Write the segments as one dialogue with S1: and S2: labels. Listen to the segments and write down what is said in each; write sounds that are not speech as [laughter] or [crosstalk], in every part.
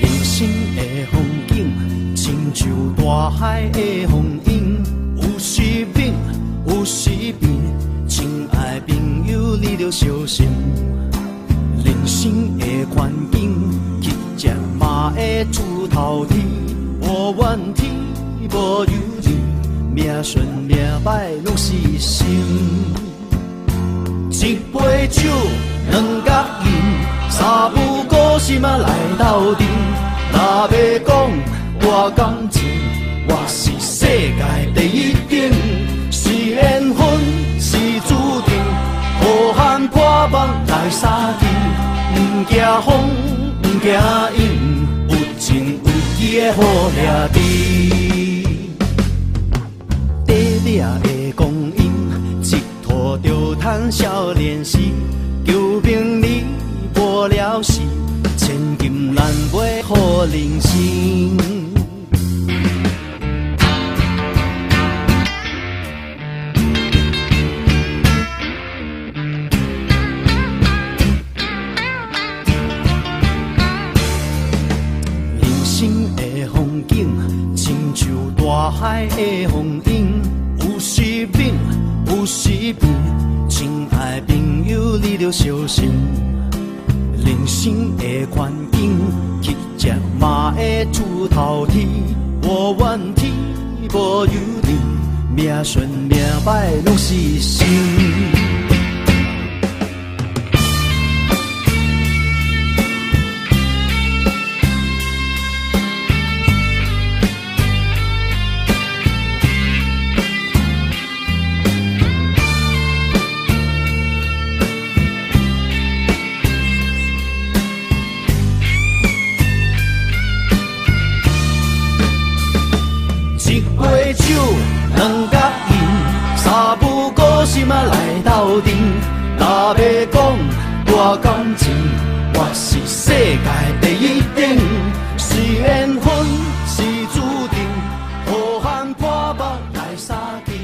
S1: 人生的风景，亲像大海的风涌，有时猛，有时平。亲爱的朋友，你着小心。人生的环境，乞食嘛会出头天，无怨天，无尤人，命顺命歹拢是心。一杯酒，两角银，三不五时啊来斗阵。若要讲我感情，我是世界第一顶，是缘分，是注定。好汉破梦来相见，不惊风，不惊影，有情有义的好兄弟。短掠的光阴，一拖就趁少年时。求名利无聊时，千金难买好人生。人生的风景，亲像大海的风涌，有时猛，有时平。亲爱的朋友，你着小心。人生的环境，乞食嘛会出头天，无怨天，无尤人，命顺命歹拢是心。一杯酒，两角银，三不五时啊来斗阵。若要讲我感情，我是世界第一等，是缘分，是注定。好汉破目来相见，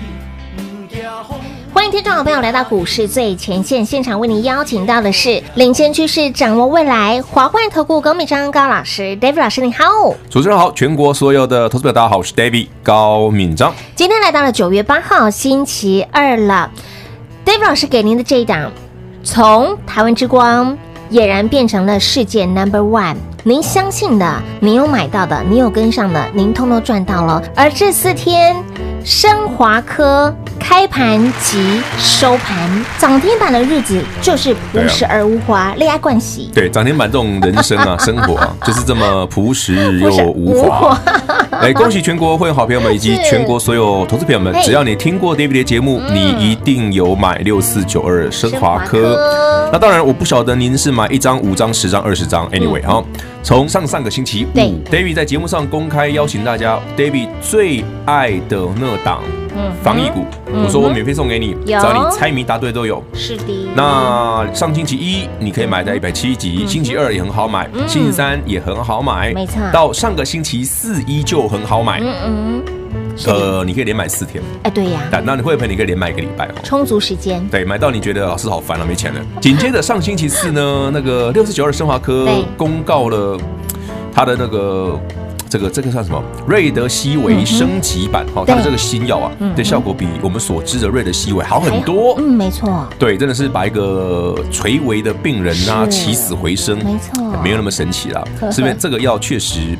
S1: 不惊风。
S2: 欢迎听众好朋友来到股市最前线现场，为您邀请到的是领先趋势、掌握未来华冠投顾高敏章高老师，David 老师，你好。
S3: 主持人好，全国所有的投资者大家好，我是 David 高敏章。
S2: 今天来到了九月八号星期二了，David 老师给您的这一档，从台湾之光俨然变成了世界 Number One。您相信的，您有买到的，您有跟上的，您通通赚到了。而这四天，升华科开盘及收盘涨停板的日子，就是朴实而无华，恋爱惯喜。
S3: 对，涨停板这种人生啊，生活啊，就是这么朴实又
S2: 朴实
S3: 无
S2: 无
S3: 华。哎，恭喜全国会员好朋友们以及
S2: 是
S3: 全国所有投资朋友们
S2: 嘿，
S3: 只要你听过 David 的节目，你一定有买六四九二升华
S2: 升华
S3: 科
S2: 科。
S3: 那当然，我不晓得您是买一张、五张、十张、二十张，anyway 哈。从上上个星期
S2: 嗯对
S3: 五，David 在节目上公开邀请大家，David 最爱的那档
S2: 嗯
S3: 防疫股，我说我免费送给你，只
S2: 有
S3: 要你猜谜答对都有。
S2: 是的。
S3: 那上星期一你可以买在一百七十几，星期二也很好买，星期三也很好买，
S2: 嗯没错
S3: 到上个星期四依旧很好买，
S2: 嗯嗯，是的。
S3: 呃，你可以连买四天，
S2: 哎，对呀，
S3: 但那你会不会你可以连买一个礼拜哦？
S2: 充足时间。
S3: 对，买到你觉得老师好烦了，没钱了。紧接着上星期四呢，那个六四九二升华科
S2: 对
S3: 公告了它的那个这个这个算什么？瑞德西韦升级版，哦，它的
S2: 嗯对
S3: 这个新药啊，的效果比我们所知的瑞德西韦好很多。
S2: 嗯，没错，
S3: 对，真的是把一个垂危的病人啊
S2: 是
S3: 起死回生，
S2: 没错
S3: 没有那么神奇啦
S2: 呵呵。
S3: 是因为这个药确实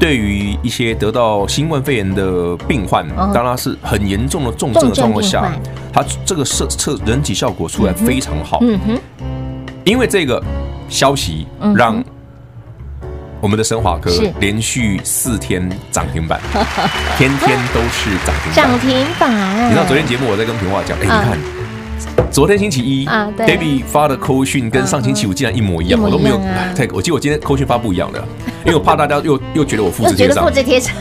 S3: 对于一些得到新冠肺炎的病患，
S2: 嗯
S3: 当然是很严重的重症的状况
S2: 重
S3: 下
S2: 症病，
S3: 它这个测测人体效果出来非常好。
S2: 嗯哼，
S3: 因为这个消息
S2: 嗯哼
S3: 让我们的升华科
S2: 是
S3: 连续四天涨停
S2: [laughs]
S3: 板，天天都是涨停
S2: 涨
S3: 板。
S2: 停板。
S3: 你知道昨天节目我在跟平话讲，哎，你
S2: 啊
S3: 看。昨天星期一
S2: 啊对
S3: ，Debbie 发的扣讯跟上星期五竟然一模一样，
S2: 一模
S3: 我都没有哎
S2: 一样啊。
S3: 太，我记得我今天扣讯发不一样的，因为
S2: [laughs]
S3: 我怕大家又又觉得我复
S2: 我
S3: 制
S2: 觉
S3: 贴
S2: 得
S3: 上
S2: 复。制贴上，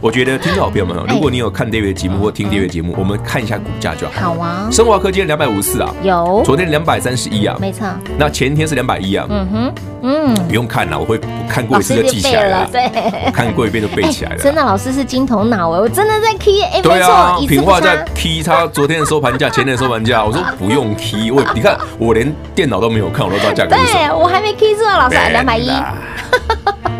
S3: 我觉得听众好朋友们哦，
S2: 哎
S3: 如果你有看 Debbie 的节目或听 Debbie 的节目，我们看一下股价就好。
S2: 好啊，
S3: 升华科今天两百五十四啊，
S2: 有，
S3: 昨天两百三十一啊，
S2: 没错，
S3: 那前天是两百一啊，
S2: 嗯哼，嗯，
S3: 不用看了，我会我看过一次就记起来了，
S2: 背了，对。
S3: 我看过一遍就背起来
S2: 哎 [laughs]
S3: 了。
S2: 真的，老师是金头脑哎，我真的在 key 哎，没
S3: 对啊
S2: 错，，一字
S3: 平
S2: 不
S3: 话在
S2: 差。
S3: 踢他昨天的
S2: [laughs]
S3: 收盘价，前天的收盘价，我说不用踢，我你看我连电脑都没有看，我都知道价格是什
S2: 对
S3: 么。
S2: 我还没 key 住，老师啊两百一，
S3: 啦， [laughs]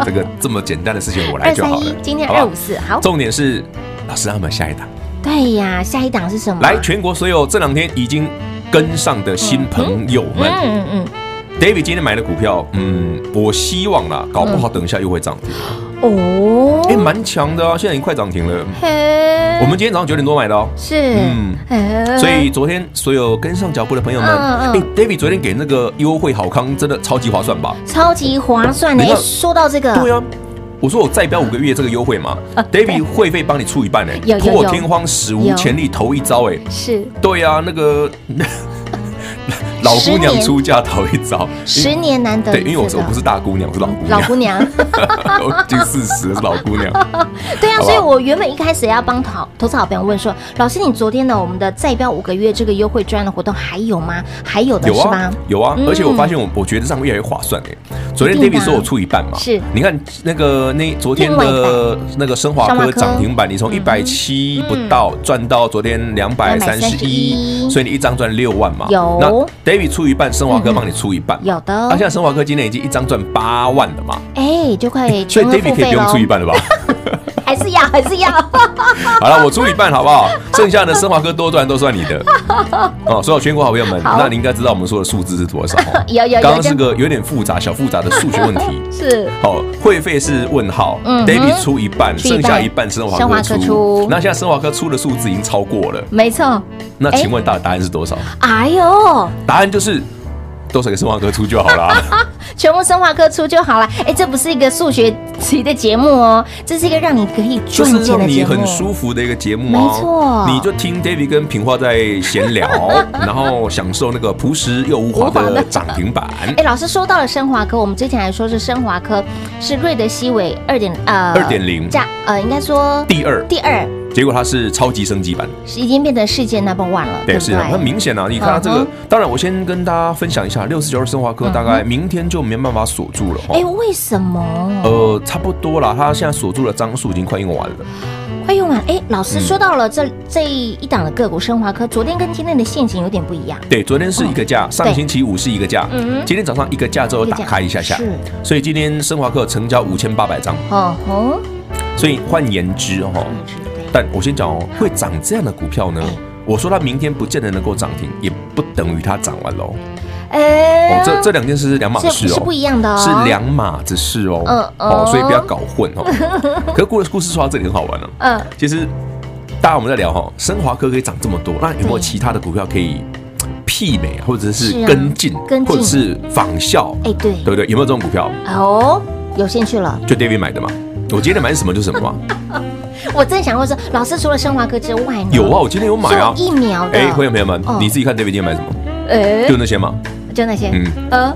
S3: 这个这么简单的事情我来
S2: 二
S3: 就
S2: 三
S3: 好
S2: 一
S3: 了。，
S2: 今天
S3: 好不好
S2: 二五，四，好，
S3: 重点是老师他们下一档
S2: 对呀，下一档是什么？
S3: 来，全国所有这两天已经跟上的新朋友们
S2: 嗯嗯
S3: ，David 今天买的股票，嗯，我希望啦，搞不好等一下又会涨停，
S2: 嗯，哦，
S3: 哎，蛮强的啊，现在已经快涨停了。
S2: 嘿
S3: 我们今天早上九点多买的哦。
S2: 是，
S3: 嗯
S2: 嗯
S3: 所以昨天所有跟上脚步的朋友们，
S2: 嗯嗯
S3: 哎、
S2: 嗯
S3: d a v i d 昨天给那个优惠好康真的超级划算吧？
S2: 超级划算的。
S3: 你
S2: 哎
S3: 看
S2: 说到这个，
S3: 对啊，我说我再标五个月这个优惠嘛、d a v i d 会费帮你出一半哎、
S2: 啊有有有
S3: 破天荒史无前例头一招哎、
S2: 是
S3: 对啊，
S2: [laughs]
S3: 那个老姑娘出嫁头一招，
S2: 十年难得
S3: 对，
S2: 一
S3: 因为我
S2: 次
S3: 是我不
S2: 的啊
S3: 是大姑娘，我是老姑
S2: 老
S3: 娘，
S2: 姑娘，
S3: [laughs] 我已经四十是老姑娘，
S2: 对啊，
S3: 好不好
S2: 所以我原本一开始要帮投投资好朋友问说，老师，你昨天的我们的再标五个月这个优惠专案的活动还有吗？还有的
S3: 有
S2: 是吗
S3: 啊？有啊，
S2: 嗯
S3: 而且我发现我我觉得这样越来越划算哎、昨天
S2: 一定的
S3: David 说我出一半嘛，
S2: 是
S3: 你看那个那昨天
S2: 另外一嗯
S3: 的那个升华
S2: 升华
S3: 科
S2: 科
S3: 涨停板，你从一百七不到赚到昨天两百三十
S2: 231
S3: 一，所以你一张赚六万嘛。
S2: 有嗯
S3: 那 David 出一半，升华科帮你出一半。
S2: 有的
S3: 那现在升华科今天已经一张赚八万了嘛，
S2: 哎，就快
S3: 所
S2: 全
S3: 以
S2: 额
S3: David
S2: 付
S3: 可以不
S2: 费
S3: 用
S2: 喽
S3: 出，一半了吧？
S2: 还是要 [laughs] 还是要，
S3: [laughs] 好了，我出一半好不好？剩下的升华科多赚都算
S2: [laughs]
S3: 你的。哦，所有全国好朋友们，
S2: 好
S3: 那你应该知道我们说的数字是多少哦。
S2: 有有有
S3: 刚刚
S2: 这
S3: 是个有点复杂、小复杂的数学问
S2: [laughs]
S3: 题。
S2: 是
S3: 好，会费是问号、
S2: 嗯哼
S3: d a v i d 出一半，
S2: 出一半
S3: 剩下一半生
S2: 生
S3: 华
S2: 华科
S3: 科出。
S2: 出
S3: 那现在生华科出的数字已经超过了，
S2: 没错。
S3: 那
S2: 哎
S3: 请问大家答案是多少？
S2: 哎呦，
S3: 答案就是多少给生华科出就好
S2: [laughs]
S3: 啦。
S2: 全部生化科出就好了。哎，这不是一个数学题的节目哦，这是一个让你可以
S3: 就
S2: 赚
S3: 是
S2: 钱的
S3: 让你
S2: 节目，
S3: 很舒服的一个节目哦
S2: 没错
S3: 你就听 David 跟平花在
S2: [laughs]
S3: 闲聊，然后享受那个朴实又无华
S2: 无华的
S3: 的涨
S2: [laughs]
S3: 停板。
S2: 哎，老师说到了升华科，我们之前还说是升华科是瑞德西韦二点呃
S3: 2.0
S2: 加呃，应该说
S3: 第二，
S2: 第二
S3: 结果它是超级升级版，
S2: 是已经变成世界 number one 了，
S3: 对，
S2: 不
S3: 是啊，很
S2: 对？
S3: 明显啊！你看它这个
S2: 嗯，
S3: 当然我先跟大家分享一下，六四九二生华科大概明天就没办法锁住了。哦
S2: 哎，为什么？
S3: 呃，差不多啦，他现在锁住的张数已经快用完了。
S2: 快用完！哎，老师
S3: 嗯
S2: 说到了这这一档的个股升华科，昨天跟今天的陷阱有点不一样。
S3: 对，昨天是一个价，上
S2: 对
S3: 星期五是一个价，
S2: 嗯
S3: 今天早上一个价之后打开一下下
S2: 一个价，
S3: 所以今天升华课成交五千八百张，
S2: 哦吼，
S3: 所以换言之哦，
S2: 嗯是对
S3: 但我先讲哦，会涨这样的股票呢
S2: 哎，
S3: 我说它明天不见得能够涨停，也不等于它涨完喽。
S2: 哎
S3: 哦，这这两件事是两码
S2: 是
S3: 事
S2: 是不
S3: 哦。
S2: 一样的哦，
S3: 是两码子事哦，
S2: 嗯哦
S3: 哦，所以不要搞混哦。
S2: [laughs]
S3: 可是故故事说到这里很好玩哦，
S2: 嗯，
S3: 其实大家我们在聊哈，升华科可以涨这么多，那有没有
S2: 对
S3: 其他的股票可以媲美，或者
S2: 是
S3: 是
S2: 啊
S3: 跟进，
S2: 跟进
S3: 或者是仿效，
S2: 哎对，
S3: 对不对？有没有这种股票？
S2: 哦，有兴趣了。
S3: 就 David 买的嘛，我今天买什么就什么
S2: [laughs]
S3: 嘛。
S2: 我正想问说，老师除了生华科之外呢？
S3: 有啊，，我今天有买啊
S2: 做。疫苗的，
S3: 哎，朋友朋友们
S2: 哦，
S3: 你自己看 David 今天买什么？
S2: 哎
S3: 就那些嘛，
S2: 就那些，
S3: 嗯
S2: 呃，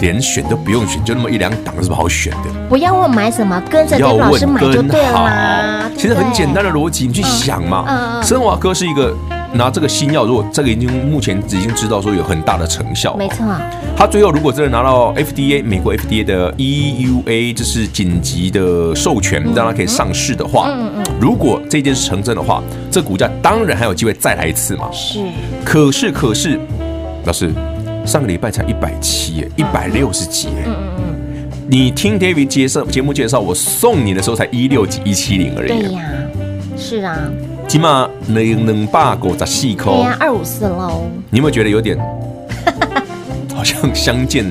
S3: 连选都不用选，就那么一两档，有什么好选的？
S2: 不要问买什么，跟着
S3: 要
S2: 跟老师
S3: 问
S2: 买就
S3: 跟
S2: 对
S3: 好
S2: 啦。，
S3: 其实很简单
S2: 的，
S3: 的逻辑，你去想
S2: 嗯嗯
S3: 嘛。
S2: 嗯
S3: 生华科是一个拿这个新药，如果这个已经目前已经知道说有很大的成效，
S2: 没错，
S3: 他最后如果真的拿到 FDA 美国 FDA 的 E EUA，就是紧急的授权，让它可以上市的话，
S2: 嗯嗯
S3: 如果这件事成真的话，这股价当然还有机会再来一次嘛。
S2: 是
S3: 可是可是，老师，上个礼拜才一百七，一百六十几耶，你听 David 介绍节目介绍，我送你的时候才一六几一七零而
S2: 对
S3: 已，
S2: 呀，是啊，
S3: 起码能能霸狗咋细
S2: 对
S3: 口
S2: 呀，，二五四喽，
S3: 你有没有觉得
S2: [laughs]
S3: 有点好像相见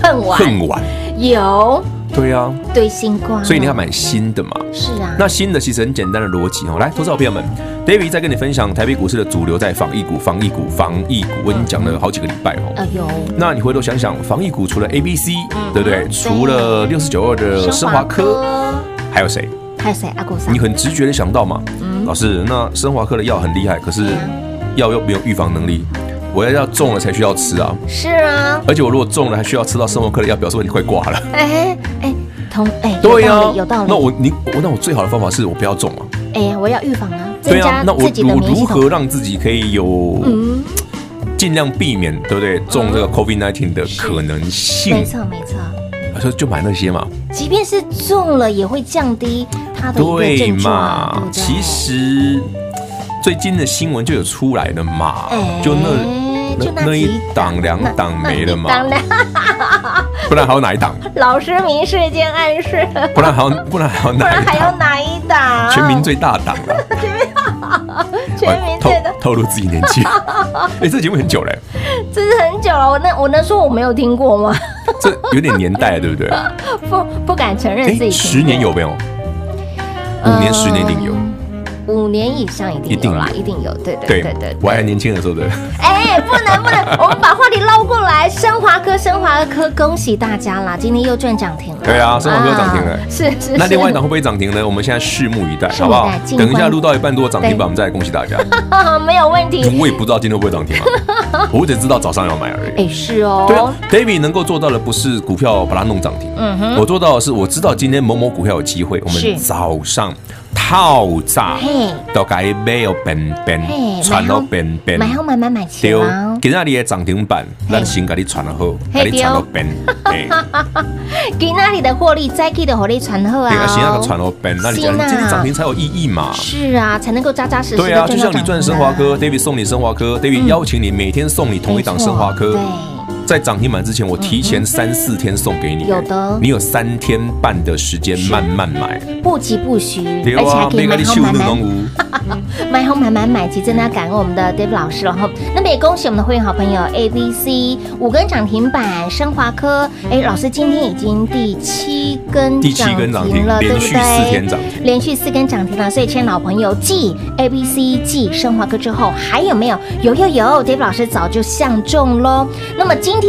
S2: 恨完
S3: 恨晚？
S2: 有
S3: 对啊，
S2: 对星光，
S3: 所以你要买新的嘛。
S2: 是啊，
S3: 那新的其实很简单的逻辑哦，来，投资好朋友们，David 在跟你分享台北股市的主流在防疫股、防疫股、防疫股，我已经讲了好几个礼拜哦。
S2: 呃有
S3: 那你回头想想，防疫股除了 A、B、C，对不对？
S2: 对
S3: 除了六四九二的
S2: 生
S3: 呃
S2: 嗯
S3: 生
S2: 华
S3: 华科，
S2: 科，
S3: 还有谁？
S2: 还有谁？阿古萨
S3: 你，很直觉的想到嘛？
S2: 嗯
S3: 老师，那生华科的药很厉害，可是
S2: 对啊
S3: 药又没有预防能力，我要要中了才需要吃啊。
S2: 是啊，
S3: 而且我如果中了，还需要吃到生活科的药，表示我已经快挂
S2: [laughs]
S3: 了。
S2: 哎哎，同哎，有
S3: 对
S2: 道
S3: 啊
S2: 理，有道理。
S3: 那我你我那我最好的方法是我不要中啊。
S2: 哎呀，我要预防啊，增
S3: 对啊
S2: 加，
S3: 那我
S2: 自己的
S3: 我
S2: 免疫
S3: 如
S2: 系
S3: 何
S2: 统。
S3: 让自己可以有
S2: 嗯，
S3: 尽量避免，对不对？中这个 COVID 1 9的可能
S2: 没
S3: 性，
S2: 错没错，
S3: 所以就买那些嘛，
S2: 即便是中了，也会降低它的一个
S3: 对
S2: 症状，对
S3: 嘛
S2: 不？对？
S3: 其实最近的新闻就有出来了嘛
S2: 哎，，
S3: 就那
S2: 就
S3: 那那
S2: 几
S3: 一档两档没了嘛
S2: 那一档两
S3: 不然还有哪一档？
S2: 老师明示兼暗示，
S3: 不然还有不然还有
S2: 不
S3: 哪
S2: 然
S3: 一
S2: 还有
S3: 档？
S2: 哪一档？
S3: 全民最大档了，
S2: 全民最的，
S3: 透透露自己年
S2: [laughs]
S3: 纪。哎，这节目很久嘞，
S2: 这是很久了。我那我能说我没有听过吗？ [laughs]
S3: 这有点年代了，对不对？
S2: 不不敢承认
S3: 哎
S2: 自己听，过
S3: 十年有没有？
S2: 嗯
S3: 五年、十年一定有。
S2: 五年以上一定
S3: 一定
S2: 有啦，
S3: 有
S2: 一定有，对对
S3: 对
S2: 对对。
S3: 我还年轻的时候的。
S2: 哎，不能不能，
S3: [laughs]
S2: 我们把话题捞过来。升华科，升华科，恭喜大家啦！今天又赚涨停了。
S3: 对啊升华科涨停了
S2: 啊是是。
S3: 那
S2: 是
S3: 另外一档会不会涨停呢？我们现在拭目以待，
S2: 拭目以待
S3: 好不好？
S2: 静观
S3: 等一下录到一半，如果涨停
S2: 对
S3: 板，我们再来恭喜大家。
S2: 没有问题。
S3: 我也不知道今天会不会涨停啊，我只知道早上要买而已。
S2: 哎，是哦。
S3: 对啊，David 能够做到的不是股票把它弄涨停，
S2: 嗯哼
S3: 我做到的是我知道今天某某股票有机会，我
S2: 是
S3: 们早上套炸
S2: 嘿，
S3: 到该买到边
S2: 嘿
S3: 边，传到边边
S2: 买，好买买买起
S3: 对
S2: 来，。
S3: 今天你的涨停板，咱先给你传了后，
S2: 嘿哦
S3: 给你传到
S2: [laughs]
S3: 边，对，
S2: 给那里的获利，再给的获利传后
S3: 对啊，
S2: 啊。
S3: 先那个传到边，那你
S2: 是
S3: 讲你
S2: 呐
S3: 今天涨停才有意义嘛？
S2: 啊是啊，才能够扎扎实实的
S3: 对啊，就像你赚
S2: 赚
S3: 升
S2: 到
S3: 华
S2: 涨停啊
S3: 科，David 送你升华科，David 邀请你每天送你同一档升华科
S2: 嗯没错。
S3: 在涨停板之前，我提前三四天送给你，
S2: 有的
S3: 你有三天半的时间慢慢买。
S2: 对，不急不徐，
S3: 对
S2: 而且还
S3: 啊，
S2: 可以
S3: 没
S2: 买
S3: 跟你
S2: 好
S3: 秀
S2: 买
S3: 那
S2: 买
S3: 农无，
S2: 买好买买买齐，真的要感恩我们的 Dave 老师了哈。那么也恭喜我们的会员好朋友 A B C 五根涨停板，升华科，哎，老师今天已经第七根
S3: 第七根涨停
S2: 了，对
S3: 连
S2: 不
S3: 续
S2: 对？
S3: 四天涨停
S2: 连续四根涨停了，所以亲爱的老朋友，继 A B C 继升华科之后，还有没有？有有有，Dave 老师早就相中喽。那么今天。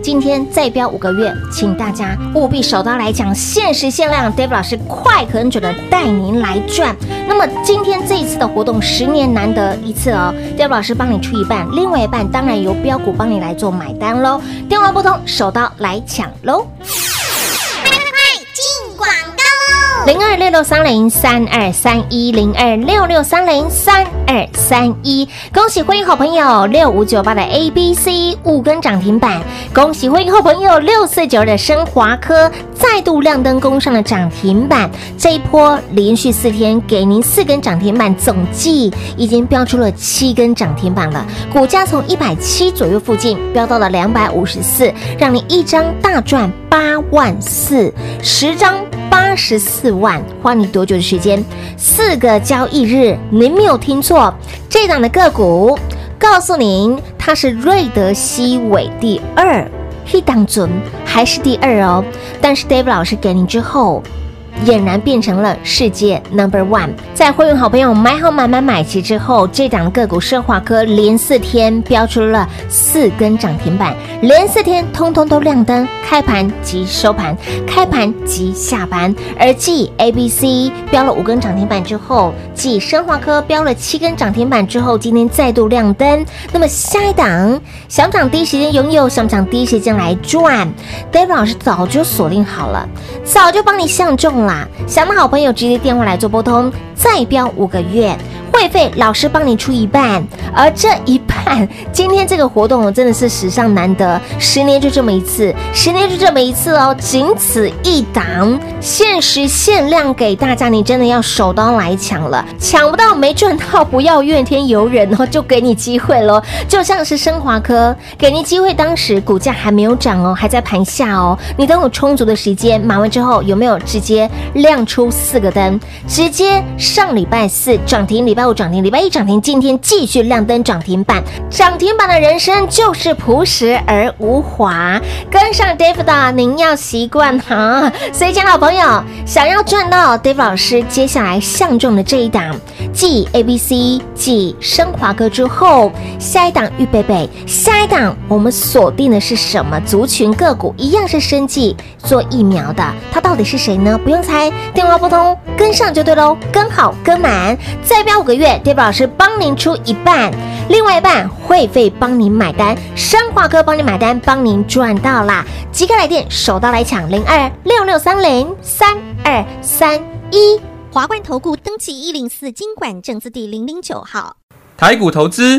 S2: 今天再标五个月，请大家务必手刀来抢，限时限量，Dave 老师快很准的带您来赚。那么今天这一次的活动，十年难得一次哦，Dave 老师帮你出一半，另外一半当然由标股帮你来做买单喽。电话拨通，手刀来抢喽。零二六六三零三二三一零二六六三零三二三一，恭喜会员好朋友六五九八的 A B C 五根涨停板，恭喜会员好朋友六四九的升华科再度亮灯攻上了涨停板，这一波连续四天给您四根涨停板，总计已经标出了七根涨停板了，股价从一百七左右附近飙到了两百五十四，让你一张大赚八万四，十张八十四万，花你多久的时间？四个交易日，您没有听错，这档的个股，告诉您它是瑞德西韦第二，一档准还是第二哦。但是 Dave 老师给您之后。俨然变成了世界 number one。在会员好朋友买好买买买齐之后，这档个股盛华科连四天标出了四根涨停板，连四天通通都亮灯，开盘即收盘，开盘即下盘。而继 A B C 标了五根涨停板之后，继升华科标了七根涨停板之后，今天再度亮灯。那么下一档想涨第一时间拥有，想涨第一时间来赚。David 老师早就锁定好了，早就帮你相中啦。想的好朋友直接电话来做拨通，再标五个月，会费老师帮你出一半，而这一半看今天这个活动哦真的是史上难得，十年就这么一次，十年就这么一次哦，仅此一档，限时限量给大家，你真的要手刀来抢了，抢不到没赚到不要怨天尤人哦，就给你机会喽。就像是升华科给您机会，当时股价还没有涨哦，还在盘下哦，你等有充足的时间买完之后，有没有直接亮出四个灯，直接上礼拜四涨停，礼拜五涨停，礼拜一涨停，今天继续亮灯涨停板。涨停板的人生就是朴实而无华，跟上 Dave 的您要习惯哈、所以，亲爱的好朋友，想要赚到 Dave 老师接下来相中的这一档，继 ABC 继升华哥之后，下一档预备备，下一档我们锁定的是什么族群个股？一样是生计做疫苗的，它到底是谁呢？不用猜，电话拨通，跟上就对喽，跟好跟满，再标五个月，Dave 老师帮您出一半，另外一半会费帮您买单，升华哥帮你买单，帮您赚到啦！即刻来电，手到来抢零二六六三零三二三一。
S4: 华冠投顾登记一零四经管证字第零零九号。
S5: 台股投资，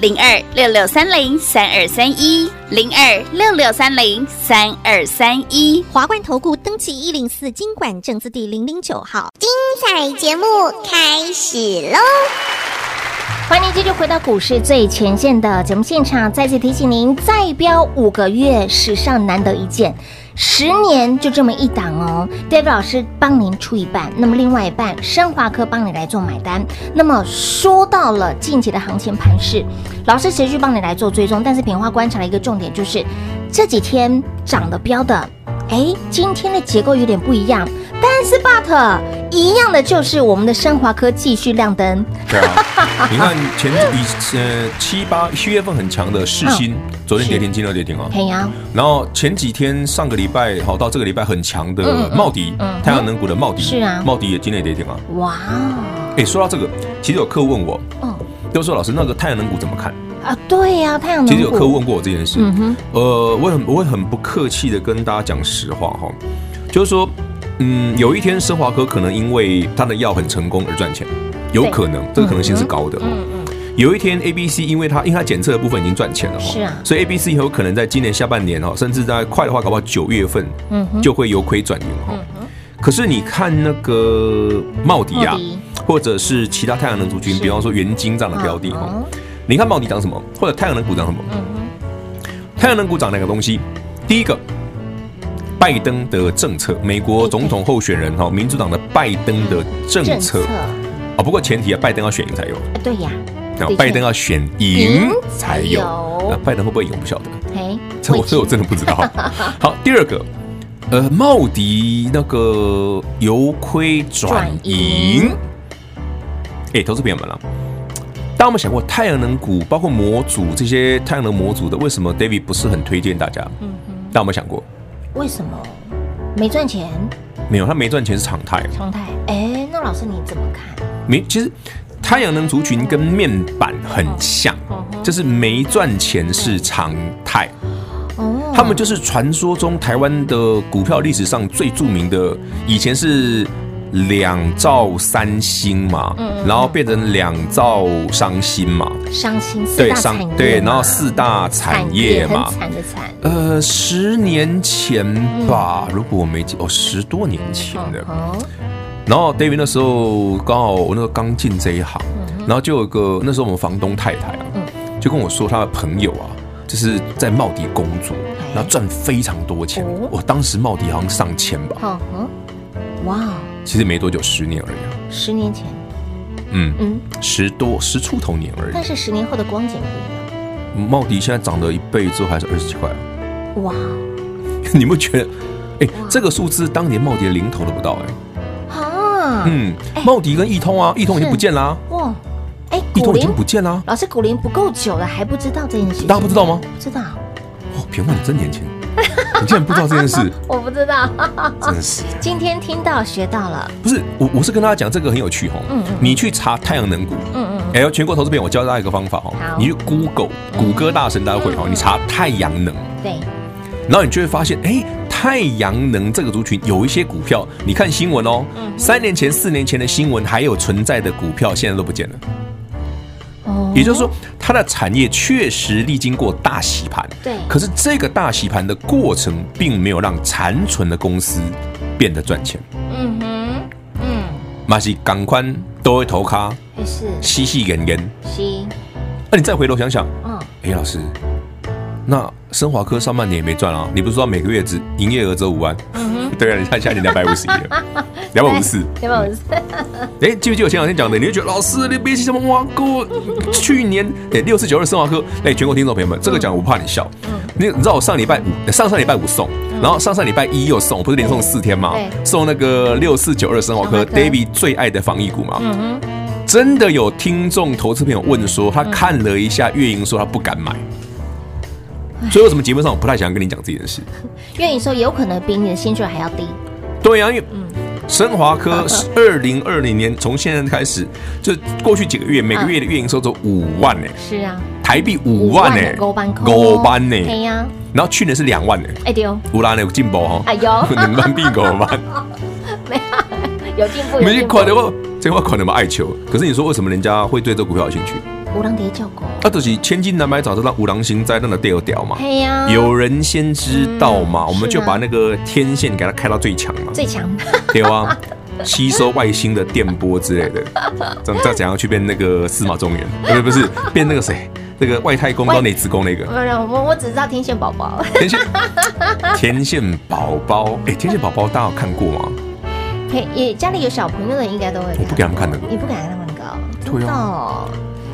S6: 零二六六三零三二三一零二六六三零三二三一。
S4: 华冠投顾登记一零四经管证字第零零九号。精彩节目开始喽！
S2: 欢迎继续回到股市最前线的节目现场，再次提醒您，再标五个月，史上难得一见。十年就这么一档哦，David 老师帮您出一半，那么另外一半升华科帮你来做买单。那么说到了近期的行情盘势，老师持续帮你来做追踪，但是平花观察的一个重点就是这几天涨的标的，哎，今天的结构有点不一样，但是 but 一样的就是我们的升华科继续亮灯。
S3: 对
S2: [laughs]
S3: 啊，你看前以呃七八七月份很强的世新，
S2: 嗯
S3: 昨天跌停，今天又跌停啊。
S2: 嘿呀、
S3: 然后前几天上个礼拜好到这个礼拜很强的茂迪
S2: 嗯嗯，
S3: 太阳能股的茂迪
S2: 是啊
S3: 茂迪也今天也跌停啊。
S2: 哇
S3: 哎，说到这个，其实有客问我，
S2: 哦，
S3: 就说老师那个太阳能股怎么看？
S2: 啊，对呀、太阳能股
S3: 其实有客问过我这件事，
S2: 嗯哼，
S3: 呃，我很我会很不客气的跟大家讲实话哈，就是说，嗯，有一天升华科可能因为他的药很成功而赚钱，有
S2: 对
S3: 可能，这个可能性是高的。
S2: 嗯嗯，
S3: 有一天 A B C 因为它因为它检测的部分已经赚钱了哈，
S2: 是啊
S3: 所以 A B C 有可能在今年下半年哈，甚至在快的话，搞不好九月份，
S2: 嗯哼
S3: 就会由亏转盈哈。可是你看那个茂迪
S2: 茂
S3: 啊
S2: 迪，
S3: 或者是其他太阳能族群，
S2: 是
S3: 比方说元晶这样的标的哈
S2: 嗯，
S3: 你看茂迪涨什么，或者太阳能股涨什么？太阳能股涨哪个东西？第一个，拜登的政策，美国总统候选人哈，民主党的拜登的政
S2: 政
S3: 策
S2: 策，
S3: 啊，不过前提啊，拜登要选赢才有。
S2: 哎对呀、
S3: 那
S2: 的确
S3: 拜登要选赢才
S2: 赢才
S3: 有
S2: 有，
S3: 那拜登会不会赢我不晓得，
S2: 嘿，
S3: [laughs] 这我
S2: 未知
S3: 这我真的
S2: [laughs]
S3: 不知道。好，第二个，呃，茂迪那个由亏转
S2: 转盈
S3: 盈，哎，投资朋友们啊，大家有没有想过太阳能股，包括模组这些太阳能模组的，为什么 David 不是很推荐大家？
S2: 嗯哼，
S3: 大家有没有想过？
S2: 为什么没赚钱？
S3: 没有，他没赚钱是常态。
S2: 常态，哎，那老师你怎么看？
S3: 没，其实太阳能族群跟面板很像，
S2: 嗯
S3: 就是没赚钱是常态。
S2: 哦，
S3: 他们就是传说中台湾的股票历史上最著名的，以前是两兆三星嘛，然后变成两兆商星嘛，
S2: 伤心四
S3: 对
S2: 大
S3: 商
S2: 产业嘛
S3: 对，然后四大产业嘛
S2: 很，惨的惨，
S3: 呃，十年前吧，如果我没记哦，十多年前的。
S2: 哦，
S3: 然后 David 那时候刚好我那个刚进这一行，然后就有个那时候我们房东太太啊，就跟我说她的朋友啊，就是在茂迪工作，然后赚非常多钱
S2: 哦。
S3: 我当时茂迪好像上千吧，
S2: 哦哦，哇，
S3: 其实没多久，十年而已啊、
S2: 十年前，
S3: 嗯，
S2: 嗯，
S3: 十多十出头年而
S2: 但
S3: 已。
S2: 是十年后的光景不
S3: 茂迪现在涨了一倍之后还是二十几块 [laughs] 啊，
S2: 一样，哇，
S3: 你们觉得？哎，这个数字当年茂迪的零头都不到哎、
S2: 啊，
S3: 嗯，茂迪跟易通啊，易通已经不见啦、
S2: 哇，哎，
S3: 易
S2: 古
S3: 通已经
S2: 灵
S3: 不见啦、
S2: 老师古灵不够久了，还不知道这件事情，
S3: 大家不知道吗？
S2: 不知道， [laughs]
S3: 哦，平万你真年轻。你竟然不知道这件事，
S2: 我不知道，
S3: 真是。
S2: 今天听到学到了，
S3: 不是我，我是跟大家讲这个很有趣哦。
S2: 嗯嗯
S3: 你去查太阳能股，
S2: 嗯嗯嗯，
S3: 哎、全国投资篇我教大家一个方法哦
S2: 好，嗯
S3: 你去 Google 谷歌大神大会哦，你查太阳能，
S2: 对，
S3: 然后你就会发现，哎、太阳能这个族群有一些股票，你看新闻哦，三年前、四年前的新闻还有存在的股票，现在都不见了。
S2: 哦
S3: 也就是说，它的产业确实历经过大洗盘，
S2: 对
S3: 可是这个大洗盘的过程，并没有让残存的公司变得赚钱，
S2: 嗯哼，嗯，
S3: 马西港宽都会投咖，
S2: 还是
S3: 细细严严。
S2: 西，
S3: 那啊你再回头想想，
S2: 嗯，
S3: 哎，老师，那升华科上半年也没赚啊？你不是说每个月只营业额只有五万？ [laughs] 对啊，你看现在已经两百五十一了，两百五十四。
S2: 要不然我是
S3: 哎，记不记得我前两天讲的？你就觉得老师，你别去什么挖
S2: [laughs]
S3: 沟。去年哎六四九二升华科，哎，全国听众朋友们，这个讲我不怕你笑。
S2: 嗯
S3: 你你知道我上礼拜五、上上礼拜五送，然后上上礼拜一又送，我不是连送四天吗
S2: 对？
S3: 送那个六四九二升华
S2: 升
S3: 科
S2: 华科
S3: ，David 最爱的防疫股嘛。
S2: 嗯哼，嗯
S3: 真的有听众投资朋友问说，他看了一下月营说他不敢买，所以为什么节目上我不太想跟你讲这件事？
S2: 愿意说有可能比你的薪水还要低，
S3: 对呀、因为升华科是二零二零年从现在开始，就过去几个月每个月的月营收都五万呢、
S2: 是啊，
S3: 台币五万呢、
S2: 勾班扣，
S3: 五万呢、
S2: 对呀，
S3: 然后去年是两万呢、欸，
S2: 哎丢，
S3: 乌拉呢有进步哦， [laughs]
S2: 哎呦
S3: 能万币狗万，
S2: 没有，有进步，
S3: 你
S2: 有
S3: 去
S2: 进
S3: 看
S2: 步，
S3: 的话，这话可能嘛爱求，可是你说为什么人家会对这股票有兴趣？
S2: 无人蝶叫狗，
S3: 啊，就是千金难买早知道，五郎行灾让它掉掉嘛。
S2: 嘿呀，
S3: 有人先知道嘛，
S2: 嗯
S3: 我们
S2: 是
S3: 就
S2: 啊
S3: 把那个天线给它开到最强嘛，
S2: 最强，
S3: 对吧？啊吸收外星的电波之类的，怎再怎样去变那个司马中原？不是不是，变那个谁，那个外太空到内子
S2: [laughs]
S3: 宫那个
S2: 不是我我只知道天线宝宝，
S3: 天线天线宝宝，哎，天线宝宝大家有看过吗？
S2: 嘿也家里有小朋友的应该都会，
S3: 我不给他们看那个
S2: 你不敢让他们搞，
S3: 对
S2: 真
S3: 啊
S2: 的哦。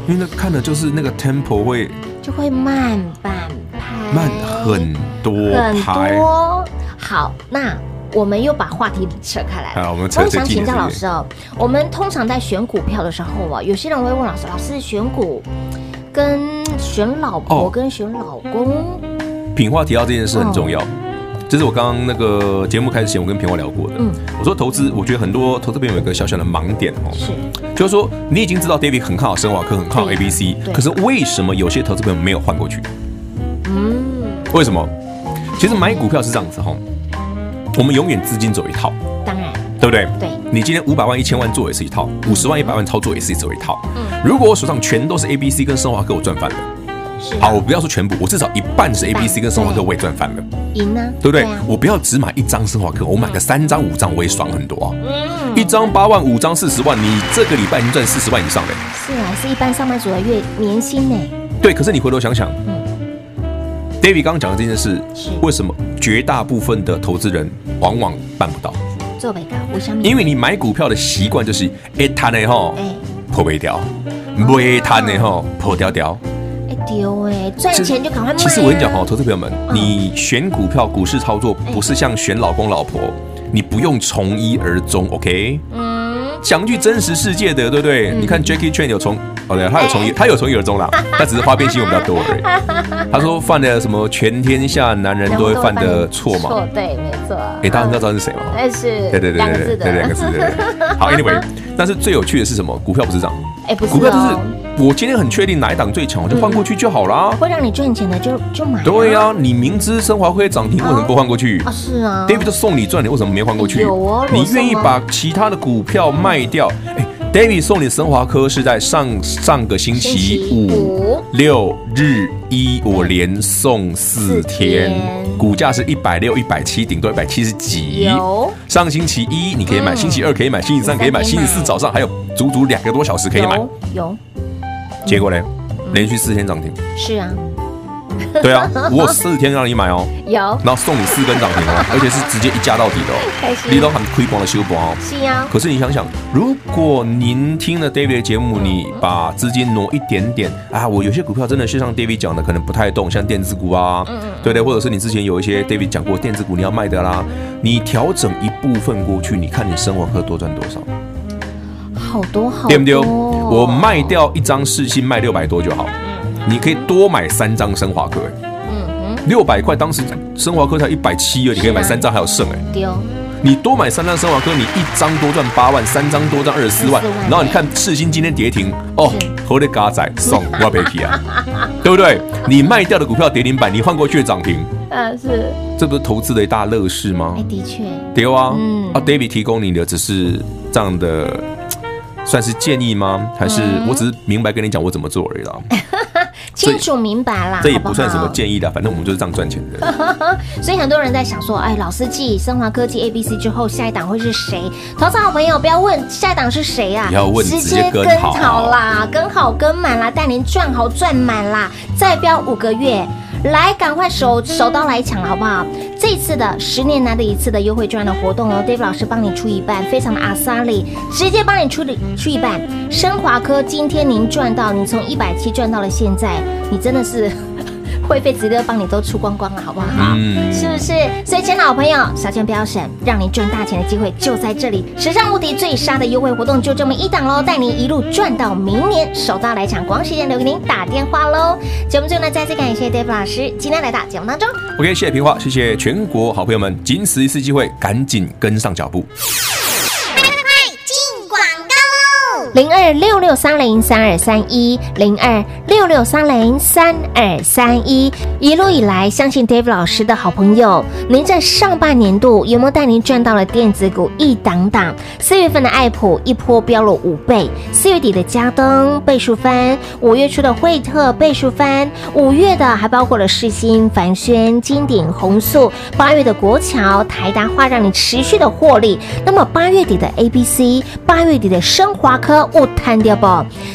S3: 因为那看的就是那个 tempo 会
S2: 就会慢半拍，
S3: 慢很多
S2: 很
S3: 拍，
S2: 多。好，那我们又把话题扯开来了。
S3: 好我们扯
S2: 也
S3: 最
S2: 想
S3: 近
S2: 请
S3: 的
S2: 教老
S3: 事
S2: 师哦，我们通常在选股票的时候啊，有些人会问老师，老师选股跟选老婆
S3: 哦
S2: 跟选老公，
S3: 品化提到这件事很重
S2: 哦
S3: 要，这是我刚刚那个节目开始前我跟品化聊过的。
S2: 嗯
S3: 我说投资，我觉得很多投资朋友有一个小小的盲点哦，
S2: 是
S3: 就是说你已经知道 David 很看好生华科，很看好
S2: 对
S3: ABC，
S2: 对
S3: 可是为什么有些投资朋友没有换过去？
S2: 嗯，
S3: 为什么？其实买股票是这样子哈，我们永远资金走一套，
S2: 当然
S3: 对不对？
S2: 对
S3: 你今天五百万、一千万做也是一套，五十万、一百万操作也是走一套。
S2: 嗯
S3: 如果我手上全都是 A、B、C 跟生华科，我赚翻了。
S2: 是
S3: 好，我不要说全部，我至少一半是 A、B、C 跟生华科，
S2: 对
S3: 我也赚翻了。
S2: 赢呢，
S3: 对不对？
S2: 啊
S3: 我不要只买一张生华课，我买个三张、五张，我也爽很多啊！
S2: 嗯
S3: 一张八万，五张四十万，你这个礼拜已经赚四十万以上嘞。
S2: 是啊，是一般上班族的月年薪呢，
S3: 对，可是你回头想想
S2: 嗯
S3: ，David 刚刚讲的这件事
S2: 是，
S3: 为什么绝大部分的投资人往往办不到？
S2: 做北高，我想
S3: 因为你买股票的习惯就是，哎，贪的吼
S2: 哎，
S3: 破不掉，不贪的吼破掉掉。
S2: 哎丢哎，赚
S3: 其实
S2: 钱就赶快卖啊。
S3: 其实我跟你讲哦，投资朋友们，
S2: 嗯哎
S3: 你选股票、股市操作不是像选老公老婆，你不用从一而终，OK？
S2: 嗯，
S3: 讲句真实世界的，对不对？你看 Jackie Chan 有从，哦对，他有
S2: 哎
S3: 从一，他有从一而终啦，他只是花边新闻比较多
S2: [laughs]
S3: 而已。他说犯了什么全天下男人都会犯的错嘛？
S2: 错对，没错。
S3: 诶，大家知道这是谁吗？
S2: 但是
S3: 对对对
S2: 两个
S3: 对
S2: 字
S3: 对
S2: 的，
S3: 对，两个字，对对对。好，Anyway，但是
S2: [laughs]
S3: 最有趣的是什么？股票不是这样，
S2: 哎，不是、哦，
S3: 股票就是我今天很确定哪一档最强，我就换过去就好啦。
S2: 会让你赚钱的就就买、
S3: 对、呀，你明知升华会涨停，为什么不换过去
S2: 啊，是啊
S3: David 就送你赚，你为什么没换过去？
S2: 有哦
S3: 你
S2: 裸送啊啊
S3: 愿意把其他的股票卖掉？哎，David 送你升华科是在上上个星
S2: 星
S3: 期
S2: 期
S3: 五、
S2: 五
S3: 六日一，我连送
S2: 四
S3: 四天
S2: 天，
S3: 股价是一百六、一百七，顶多一百七十几。
S2: 有
S3: 上星期一你可以买，
S2: 嗯
S3: 星期二可以买，星期三可以买，
S2: 星
S3: 星
S2: 期三可以买
S3: 期四早上还有足足两个多小时可以买。
S2: 有有
S3: 结果呢，连续四天涨停。
S2: 是啊 [laughs]
S3: 对啊，我有四天让你买哦。
S2: 有
S3: 然后送你四根涨停哦，而且是直接一价到底的
S2: 开
S3: 哦，
S2: 心
S3: 你都很亏光的修博哦。
S2: 是啊
S3: 可是你想想，如果您听了 David 的节目，你把资金挪一点点啊，我有些股票真的是像 David 讲的，可能不太动，像电子股啊，
S2: 嗯
S3: 对不对？或者是你之前有一些 David 讲过电子股你要卖的啦，你调整一部分过去，你看你生活课多赚多少，
S2: 好多哦好多，
S3: 对不对？我卖掉一张世信卖六百多就好，你可以多买三张升华课，欸
S2: 嗯嗯
S3: 六百块当时升华科才一百七而已你可以买三张还有剩哎，
S2: 丢，
S3: 你多买三张升华科，你一张多赚八万，三张多赚二十四万
S2: 24万，
S3: 然后你看世新今天跌停哦，何的嘎仔送我被皮啊，对不对？你卖掉的股票跌停板，你换过去的涨停，
S2: 嗯，是，
S3: 这不是投资的一大乐事吗
S2: 哎，？的确，
S3: 对啊，
S2: 嗯
S3: 啊，David 提供你的只是这样的，算是建议吗？还是我只是明白跟你讲我怎么做而已啦？
S2: 清楚明白啦，
S3: 这也
S2: 好
S3: 不算什么
S2: 好
S3: 建议啦，反正我们就是这样赚钱的。
S2: 所以很多人在想说，哎，老师继升华科技 A B C 之后，下一档会是谁？投资好朋友不要问下一档是谁啊，
S3: 不要问
S2: 直
S3: 直接
S2: 接
S3: 跟
S2: 跟
S3: 好
S2: 好啦，跟好跟满啦，带您赚好赚满啦，再标五个月。来，赶快手手刀来抢，好不好？这次的十年难得一次的优惠券的活动哦，Dave 老师帮你出一半，非常的阿萨利，直接帮你出的出一半。升华科今天您赚到，你从一百七赚到了现在，你真的是 [laughs] 会费直接帮你都出光光了，好不好？
S3: 嗯，
S2: 是不是？所以，亲爱的好朋友，小钱不要省，让您赚大钱的机会就在这里。史上无敌最杀的优惠活动就这么一档喽，带您一路赚到明年，手到来抢，光时间留给您打电话喽。节目最后呢，再次感谢 Dave 老师今天来到节目当中。
S3: OK，谢谢平话，谢谢全国好朋友们，仅此一次机会，赶紧跟上脚步。
S4: 进广告喽！
S2: 零二六六三零三二三一，零二六六三零三二三一。一路以来，相信 Dave 老师的好朋友，您在上半年度有没有带您赚到了电子股一档档？四月份的爱普一波飙了五倍，四月底的嘉登倍数翻，五月初的惠特倍数翻，五月的还包括了世新、凡轩、金鼎、红素，八月的国桥、台达化，让你持续的获利。那么八月底的 A B C，八月底的升华科，我摊掉不？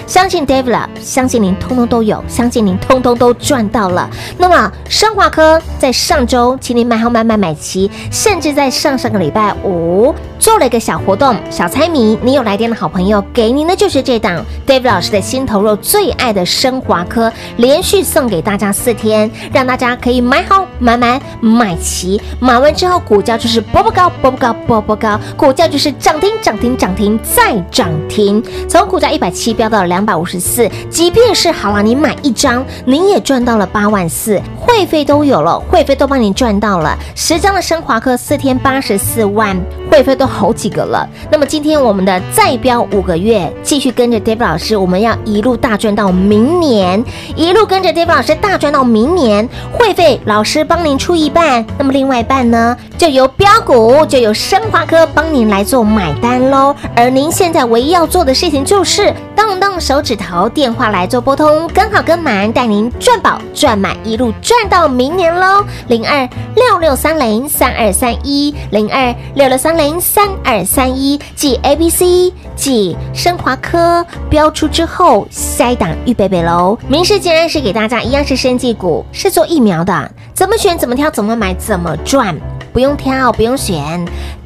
S2: 相信 Dave 了，相信您通通都有，相信您通通都赚到了。那么升华科在上周，请您买好买买买齐，甚至在上上个礼拜五做了一个小活动，小猜谜，你有来电的好朋友，给您的就是这档 Dave 老师的心头肉最爱的升华科，连续送给大家四天，让大家可以买好买买买齐，买完之后股价就是波波高波波高波波高，股价就是涨停涨停涨停再涨停，从股价一百七飙到两百五十四，即便是好了，你买一张，您也赚到了八万四，会费都有了，会费都帮你赚到了，十张的升华课四天八十四万，会费都好几个了。那么今天我们的再标五个月，继续跟着 Dave 老师，我们要一路大赚到明年，一路跟着 Dave 老师大赚到明年，会费老师帮您出一半，那么另外一半呢，就由标股，就由升华科帮您来做买单喽。而您现在唯一要做的事情就是动动手指头，电话来做拨通，跟好跟满，带您赚饱赚满，一路赚到明年喽。零二六六三零三二三一，零二六六三零三二三一，继 A B C 继升华科标出之后，下一档预备备喽。明世竟然是给大家一样是生技股，是做疫苗的，怎么选怎么挑怎么买怎么赚。不用挑，不用选，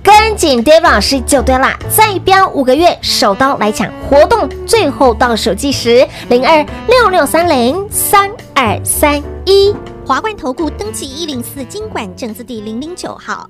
S2: 跟紧 Dave 老师就对啦。再标五个月，手刀来抢活动，最后倒数计时零二六六三零三二三一。
S4: 华冠投顾登记一零四经管证字第零零九号，